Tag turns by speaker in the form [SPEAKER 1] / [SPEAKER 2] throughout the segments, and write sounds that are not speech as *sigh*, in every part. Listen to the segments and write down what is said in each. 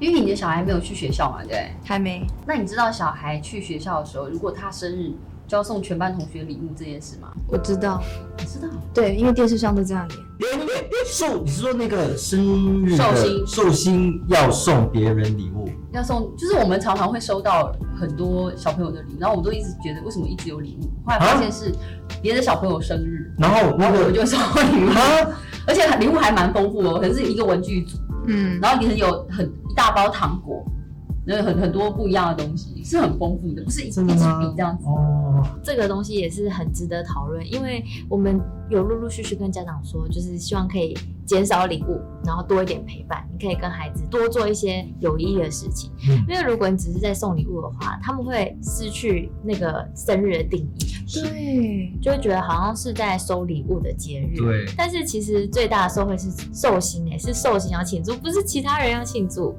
[SPEAKER 1] 因为你的小孩没有去学校嘛，对不对？
[SPEAKER 2] 还没，
[SPEAKER 1] 那你知道小孩去学校的时候，如果他生日就要送全班同学礼物这件事吗？
[SPEAKER 2] 我知道，
[SPEAKER 1] 你知道？
[SPEAKER 2] 对，因为电视上都这样演。
[SPEAKER 3] 寿，你是说那个生日的
[SPEAKER 1] 寿星
[SPEAKER 3] 寿星要送别人礼物？
[SPEAKER 1] 要送，就是我们常常会收到很多小朋友的礼物，然后我们都一直觉得为什么一直有礼物，后来发现是别的小朋友生日，
[SPEAKER 3] 然后那
[SPEAKER 1] 然后哦我们
[SPEAKER 3] 个
[SPEAKER 1] 就
[SPEAKER 3] 啊
[SPEAKER 1] 收到礼物，而且礼物还蛮丰富哦，可能是一个文具组，
[SPEAKER 2] 嗯，
[SPEAKER 1] 然后你很有很一大包糖果，然后很很多不一样的东西，是很丰富的，不是一一支
[SPEAKER 3] 真的
[SPEAKER 1] 笔
[SPEAKER 3] 吗
[SPEAKER 1] 这样子。
[SPEAKER 3] 哦，
[SPEAKER 4] 这个东西也是很值得讨论，因为我们有陆陆续续跟家长说，就是希望可以减少礼物，然后多一点陪伴，你可以跟孩子多做一些有意义的事情。
[SPEAKER 3] 嗯
[SPEAKER 4] 因为如果你只是在送礼物的话，他们会失去那个生日的定义，
[SPEAKER 2] 对，
[SPEAKER 4] 就会觉得好像是在收礼物的节日。。
[SPEAKER 3] 对，
[SPEAKER 4] 但是其实最大的受惠是寿星哎、是寿星要庆祝，不是其他人要庆祝。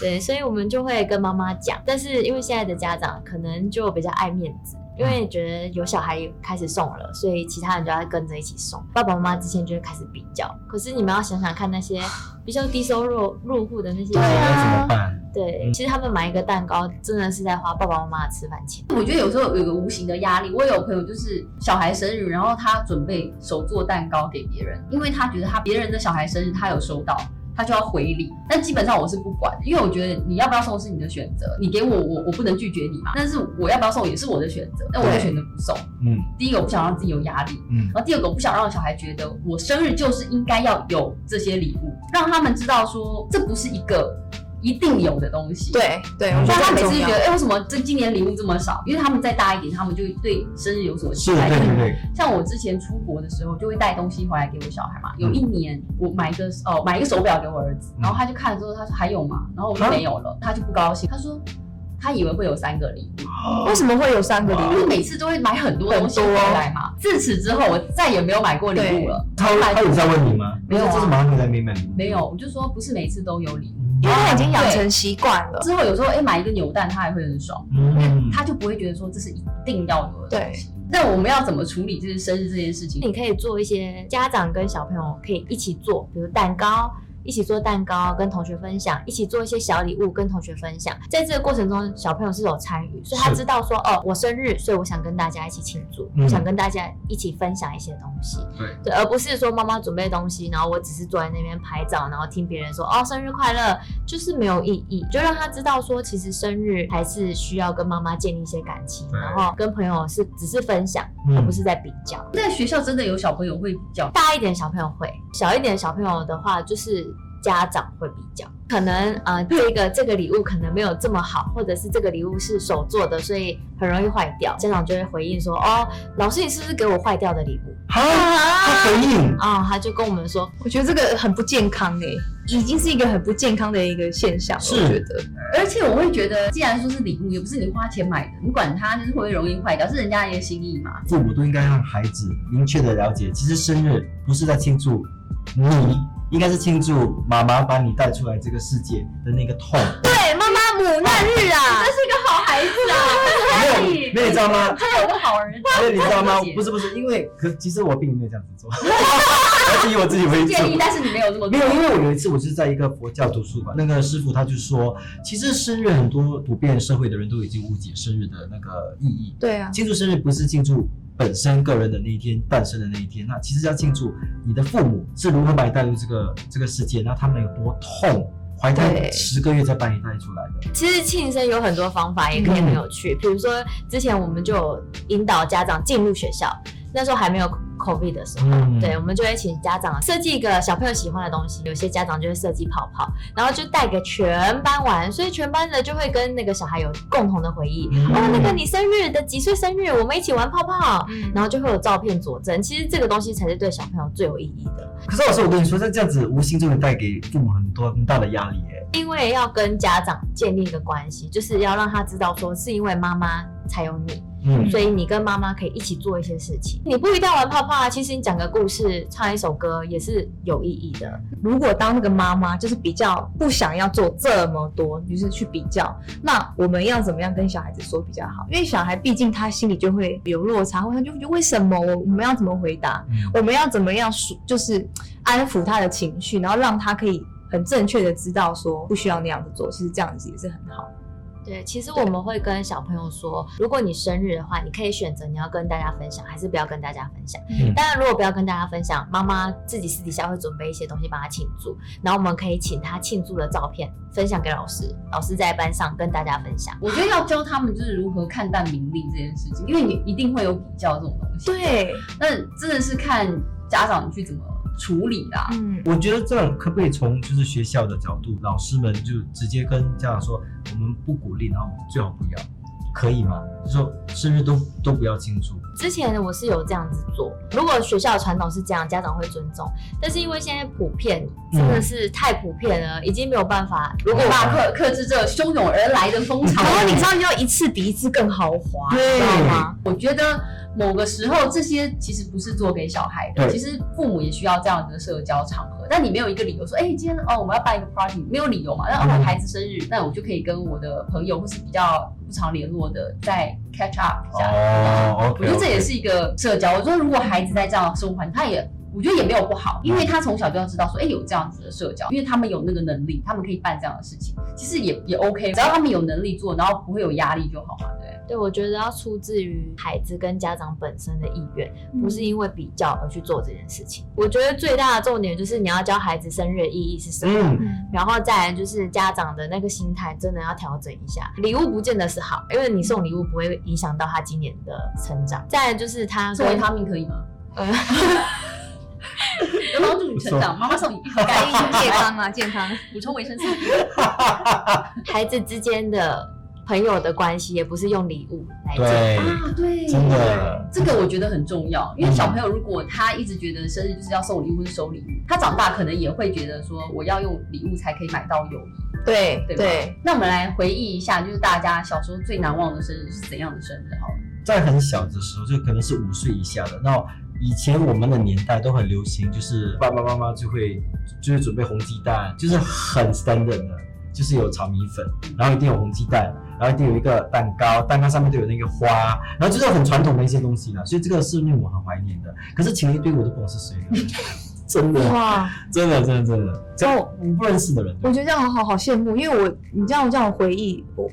[SPEAKER 4] 对，所以我们就会跟妈妈讲，但是因为现在的家长可能就比较爱面子。因为觉得有小孩开始送了，所以其他人就要跟着一起送。爸爸妈妈之前就会开始比较，可是你们要想想看，那
[SPEAKER 2] *sighs*
[SPEAKER 4] 些比较低收入入户的那些
[SPEAKER 3] 对
[SPEAKER 2] 啊
[SPEAKER 4] 人
[SPEAKER 3] 要怎么办？
[SPEAKER 4] 对，其实他们买一个蛋糕真的是在花爸爸妈妈的吃饭钱。
[SPEAKER 1] 我觉得有时候有一个无形的压力。我有朋友就是小孩生日，然后他准备手做蛋糕给别人，因为他觉得他别人的小孩生日他有收到，他就要回礼。但基本上我是不管，因为我觉得你要不要送是你的选择，你给我我我不能拒绝你嘛。但是我要不要送也是我的选择，那我就
[SPEAKER 2] 对
[SPEAKER 1] 选择不送。
[SPEAKER 3] 嗯
[SPEAKER 1] 第一个我不想让自己有压力，
[SPEAKER 3] 嗯
[SPEAKER 1] 然后第二个，我不想让小孩觉得我生日就是应该要有这些礼物，让他们知道说这不是一个一定有的东西。，
[SPEAKER 2] 对对，
[SPEAKER 3] 嗯
[SPEAKER 2] 我
[SPEAKER 1] 不
[SPEAKER 2] 觉
[SPEAKER 1] 然他
[SPEAKER 2] 得很
[SPEAKER 1] 每次
[SPEAKER 2] 重
[SPEAKER 1] 就觉
[SPEAKER 2] 要
[SPEAKER 1] 得，。哎、为什么这今年礼物这么少？因为他们再大一点，他们就对生日有所期
[SPEAKER 3] 是，
[SPEAKER 1] 待。
[SPEAKER 3] 对对对，
[SPEAKER 1] 像我之前出国的时候，就会带东西回来给我小孩嘛。有一年，我买一个哦，买一个手表给我儿子，
[SPEAKER 3] 嗯
[SPEAKER 1] 然后他就看了之后，他说还有吗？然后我说
[SPEAKER 3] 啊
[SPEAKER 1] 没有了，他就不高兴，他说他以为会有三个礼物。
[SPEAKER 3] 啊
[SPEAKER 2] 为什么会有三个
[SPEAKER 1] 因
[SPEAKER 2] 礼
[SPEAKER 1] 为
[SPEAKER 2] 物？
[SPEAKER 1] 每次都会买很多东西回来
[SPEAKER 3] 哦
[SPEAKER 1] 嘛。自此之后，我再也没有买过礼物了。
[SPEAKER 3] 他
[SPEAKER 1] 后来
[SPEAKER 3] 他有在问你吗？
[SPEAKER 1] 没有啊
[SPEAKER 3] 这是马上来没买礼物？
[SPEAKER 1] 没有，我就说不是每次都有礼物。
[SPEAKER 2] 因为他已经哎养
[SPEAKER 1] 对
[SPEAKER 2] 成习惯了。
[SPEAKER 1] 之后有时候哎、买一个扭蛋，他还会很爽，
[SPEAKER 3] 嗯，
[SPEAKER 1] 他就不会觉得说这是一定要有的东西。那我们要怎么处理就是生日这件事情？
[SPEAKER 4] 你可以做一些家长跟小朋友可以一起做，比如蛋糕。一起做蛋糕，跟同学分享；一起做一些小礼物，跟同学分享。在这个过程中，小朋友是有参与，所以他
[SPEAKER 3] 是
[SPEAKER 4] 知道说，哦，我生日，所以我想跟大家一起庆祝，
[SPEAKER 3] 嗯
[SPEAKER 4] 我想跟大家一起分享一些东西。
[SPEAKER 3] 对
[SPEAKER 4] 而不是说妈妈准备东西，然后我只是坐在那边拍照，然后听别人说，哦，生日快乐，就是没有意义。就让他知道说，其实生日还是需要跟妈妈建立一些感情，
[SPEAKER 3] 对
[SPEAKER 4] 然后跟朋友是只是分享，
[SPEAKER 3] 嗯
[SPEAKER 4] 而不是在比较。
[SPEAKER 1] 在学校真的有小朋友会比较
[SPEAKER 4] 大一点小朋友会，小一点小朋友的话就是家长会比较，可能呃这个这个礼物可能没有这么好，或者是这个礼物是手做的，所以很容易坏掉，家长就会回应说哦，老师你是不是给我坏掉的礼物？
[SPEAKER 3] 哈，他回应，
[SPEAKER 4] 啊、他就跟我们说，
[SPEAKER 2] 我觉得这个很不健康哎、已经是一个很不健康的一个现象了。
[SPEAKER 3] 是
[SPEAKER 2] 我觉得
[SPEAKER 1] 而且我会觉得，既然说是礼物，也不是你花钱买的，你管它就是会不会容易坏掉，是人家的心意嘛。
[SPEAKER 3] 父母都应该让孩子明确的了解，其实生日不是在庆祝你，应该是庆祝妈妈把你带出来这个世界的那个痛。
[SPEAKER 2] 哎
[SPEAKER 4] 对，妈妈母难日啊，
[SPEAKER 1] 是一个好孩子啊，
[SPEAKER 3] 没有，那你知道吗？哎
[SPEAKER 1] 他有个好儿子。
[SPEAKER 3] 那你知道吗
[SPEAKER 1] 理解？
[SPEAKER 3] 不是不是，因为可其实我并没有这样子做，而且以我自己为主。
[SPEAKER 1] 建议，但是你没有这么
[SPEAKER 3] 没
[SPEAKER 1] 做
[SPEAKER 3] 有，因为我有一次我是在一个佛教图书馆，那个师傅他就说，其实生日很多普遍社会的人都已经误解生日的那个意义，
[SPEAKER 2] 对啊，
[SPEAKER 3] 庆祝生日不是庆祝本身个人的那一天诞生的那一天，那其实要庆祝你的父母是如何把你带入这个这个世界，那他们有多痛，怀胎
[SPEAKER 2] 对
[SPEAKER 3] 十个月才把你带出来的。
[SPEAKER 4] 其实庆生有很多方法，也可以很有趣。比如说，之前我们就有引导家长进入学校，那时候还没有 COVID 的时候，
[SPEAKER 3] 嗯
[SPEAKER 4] 对，我们就会请家长设计一个小朋友喜欢的东西。有些家长就会设计泡泡，然后就带给全班玩，所以全班的就会跟那个小孩有共同的回忆。
[SPEAKER 3] 嗯
[SPEAKER 4] 哦，那个你生日的几岁生日，我们一起玩泡泡。
[SPEAKER 2] 嗯，
[SPEAKER 4] 然后就会有照片佐证，其实这个东西才是对小朋友最有意义的，
[SPEAKER 3] 可是老师，我跟你说，在这样子无形中也带给父母很多很大的压力耶。
[SPEAKER 4] 因为要跟家长建立一个关系，就是要让他知道说是因为妈妈才有你，
[SPEAKER 3] 嗯，
[SPEAKER 4] 所以你跟妈妈可以一起做一些事情。你不一定要玩泡泡啊，其实你讲个故事、唱一首歌也是有意义的。
[SPEAKER 2] 如果当那个妈妈就是比较不想要做这么多，于是去比较，那我们要怎么样跟小孩子说比较好？因为小孩毕竟他心里就会有落差，或他就会觉得为什么我我们要怎么回答？
[SPEAKER 3] 嗯
[SPEAKER 2] 我们要怎么样说，就是安抚他的情绪，然后让他可以。很正确的知道说不需要那样子做，其实这样子也是很好。
[SPEAKER 4] 对，其实我们会跟小朋友说，如果你生日的话，你可以选择你要跟大家分享，还是不要跟大家分享。
[SPEAKER 3] 嗯
[SPEAKER 4] 当然，如果不要跟大家分享，妈妈自己私底下会准备一些东西帮他庆祝，然后我们可以请他庆祝的照片分享给老师，老师在班上跟大家分享。
[SPEAKER 1] 我觉得要教他们就是如何看淡名利这件事情，因为你一定会有比较这种东西。，
[SPEAKER 2] 对，
[SPEAKER 1] 那真的是看家长去怎么处理啦。
[SPEAKER 2] 嗯，
[SPEAKER 3] 我觉得这样可不可以从就是学校的角度，老师们就直接跟家长说，我们不鼓励，然后最好不要，可以吗？就说生日都都不要庆祝，
[SPEAKER 4] 之前我是有这样子做，如果学校的传统是这样，家长会尊重，但是因为现在普遍
[SPEAKER 2] 嗯
[SPEAKER 4] 真的是太普遍了，已经没有办法。如
[SPEAKER 1] 如
[SPEAKER 4] 果
[SPEAKER 1] 果
[SPEAKER 2] 哦
[SPEAKER 1] 无法克克制这汹涌而来的风潮，
[SPEAKER 2] 然后你知道要一次比一次更豪华，
[SPEAKER 3] 对
[SPEAKER 2] 知道吗？
[SPEAKER 1] 我觉得某个时候这些其实不是做给小孩的，其
[SPEAKER 3] 对
[SPEAKER 1] 实父母也需要这样的社交场合。但你没有一个理由说，哎、今天哦我们要办一个 party，没有理由嘛？那、哦、
[SPEAKER 3] 嗯
[SPEAKER 1] 我孩子生日，那我就可以跟我的朋友或是比较不常联络的再 catch up 一下。
[SPEAKER 3] 哦
[SPEAKER 1] 我
[SPEAKER 3] ，OK，
[SPEAKER 1] 觉得这也是一个社交。我说，如果孩子在这样的生活环境，他也我觉得也没有不好，因
[SPEAKER 3] 嗯
[SPEAKER 1] 为他从小就要知道说，哎、有这样子的社交，因为他们有那个能力，他们可以办这样的事情，其实也也 OK，只要他们有能力做，然后不会有压力就好嘛，对。
[SPEAKER 4] 对我觉得要出自于孩子跟家长本身的意愿，
[SPEAKER 2] 嗯
[SPEAKER 4] 不
[SPEAKER 3] 嗯
[SPEAKER 4] 是因为比较而去做这件事情。我觉得最大的重点就是你要教孩子生日的意义是什么。
[SPEAKER 3] 嗯，
[SPEAKER 2] 嗯
[SPEAKER 4] 然后再来就是家长的那个心态，真的要调整一下。礼物不见得是好，因为你送礼物不会影响到他今年的成长。再来就是他
[SPEAKER 1] 送维
[SPEAKER 4] 跟
[SPEAKER 1] 他命啊可以吗？
[SPEAKER 4] 呃，
[SPEAKER 1] *laughs* 有帮助你成长，妈妈送你一盒钙
[SPEAKER 2] *laughs* 改运健
[SPEAKER 1] 片，
[SPEAKER 2] 康啊，健康。
[SPEAKER 1] 补充维生
[SPEAKER 3] *laughs*
[SPEAKER 1] 素。
[SPEAKER 4] 孩子之间的朋友的关系，也不是用礼物来建立。
[SPEAKER 3] 对，
[SPEAKER 1] 啊，对，
[SPEAKER 3] 真的
[SPEAKER 1] 这个我觉得很重要，因为小朋友如果他一直觉得生日就是要送礼物、收礼物，他长大可能也会觉得说我要用礼物才可以买到友谊。
[SPEAKER 2] 对
[SPEAKER 1] 对吧
[SPEAKER 2] 对，
[SPEAKER 1] 那我们来回忆一下，就是大家小时候最难忘的生日是怎样的生日？好了，
[SPEAKER 3] 在很小的时候，就可能是五岁以下的。那以前我们的年代都很流行，就是爸爸妈妈就会就会准备红鸡蛋，就是很 standard 的，就是有炒米粉，然后一定有红鸡蛋，然后一定有一个蛋糕，蛋糕上面都有那个花，然后就是很传统的一些东西啦。所以这个是令我很怀念的。可是前一堆我都不懂是谁了，真的，
[SPEAKER 2] *laughs* 哇，
[SPEAKER 3] 真的，真的，真的，这样我不认识的人，
[SPEAKER 2] 我觉得这样好好羡慕，因为我你这样这样回忆，我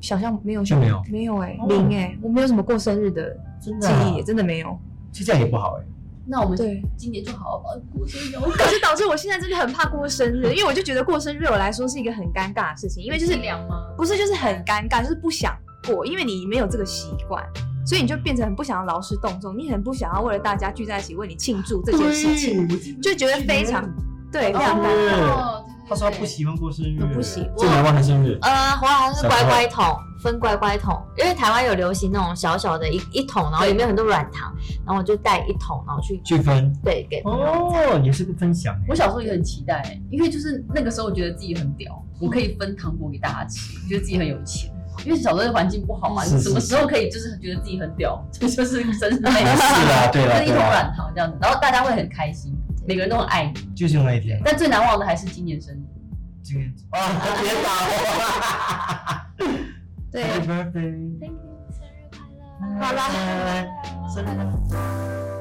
[SPEAKER 2] 想象没有
[SPEAKER 3] 就没有
[SPEAKER 2] 没有哎、
[SPEAKER 3] 哦
[SPEAKER 2] 零哎、我没有什么过生日的
[SPEAKER 3] 真的
[SPEAKER 2] 记
[SPEAKER 3] 啊，
[SPEAKER 2] 忆，真的没有。
[SPEAKER 3] 就这样也不好哎、
[SPEAKER 1] 那我们
[SPEAKER 2] 对
[SPEAKER 1] 今年就好好把过生日。
[SPEAKER 2] 啊
[SPEAKER 1] 哦
[SPEAKER 2] 可是导致我现在真的很怕过生日，因为我就觉得过生日对我来说是一个很尴尬的事情，因为就是
[SPEAKER 1] 凉吗？
[SPEAKER 2] 不是就是很尴尬，就是不想过，因为你没有这个习惯，所以你就变成很不想要劳师动众，你很不想要为了大家聚在一起为你庆祝这件事情，
[SPEAKER 3] 情
[SPEAKER 2] 就觉得非常对，非常尴尬。
[SPEAKER 1] 哦，
[SPEAKER 3] 他说他不喜欢过生日，
[SPEAKER 2] 我不喜
[SPEAKER 3] 最难忘的生日。
[SPEAKER 4] 呃，我好像是乖乖桶，分乖乖桶，因为台湾有流行那种小小的一一桶，然后里面有很多软糖，然后我就带一桶，然后去
[SPEAKER 3] 去分
[SPEAKER 4] 对给朋友。
[SPEAKER 3] 哦，也是个分享
[SPEAKER 1] 我小时候也很期待、因为就是那个时候我觉得自己很屌，我可以分糖果给大家吃，觉得自己很有钱。因为小时候环境不好嘛，
[SPEAKER 3] 是
[SPEAKER 1] 你什么
[SPEAKER 3] 是
[SPEAKER 1] 时候可以就是觉得自己很屌，这就是生日那一
[SPEAKER 3] *laughs* 是
[SPEAKER 1] 次，
[SPEAKER 3] 啦，对啊啦，
[SPEAKER 1] 就是一
[SPEAKER 3] 对
[SPEAKER 1] 桶
[SPEAKER 3] 啦，
[SPEAKER 1] 软糖这样子，然后大家会很开心，每个人都很爱你。
[SPEAKER 3] 就是那一天。
[SPEAKER 1] 但最难忘的还是今年生日，
[SPEAKER 3] 今天啊，别 *laughs* 打我
[SPEAKER 2] 对，
[SPEAKER 3] ！Happy birthday！
[SPEAKER 4] Thank you，生日快乐！
[SPEAKER 2] 好啦
[SPEAKER 3] 生日快乐！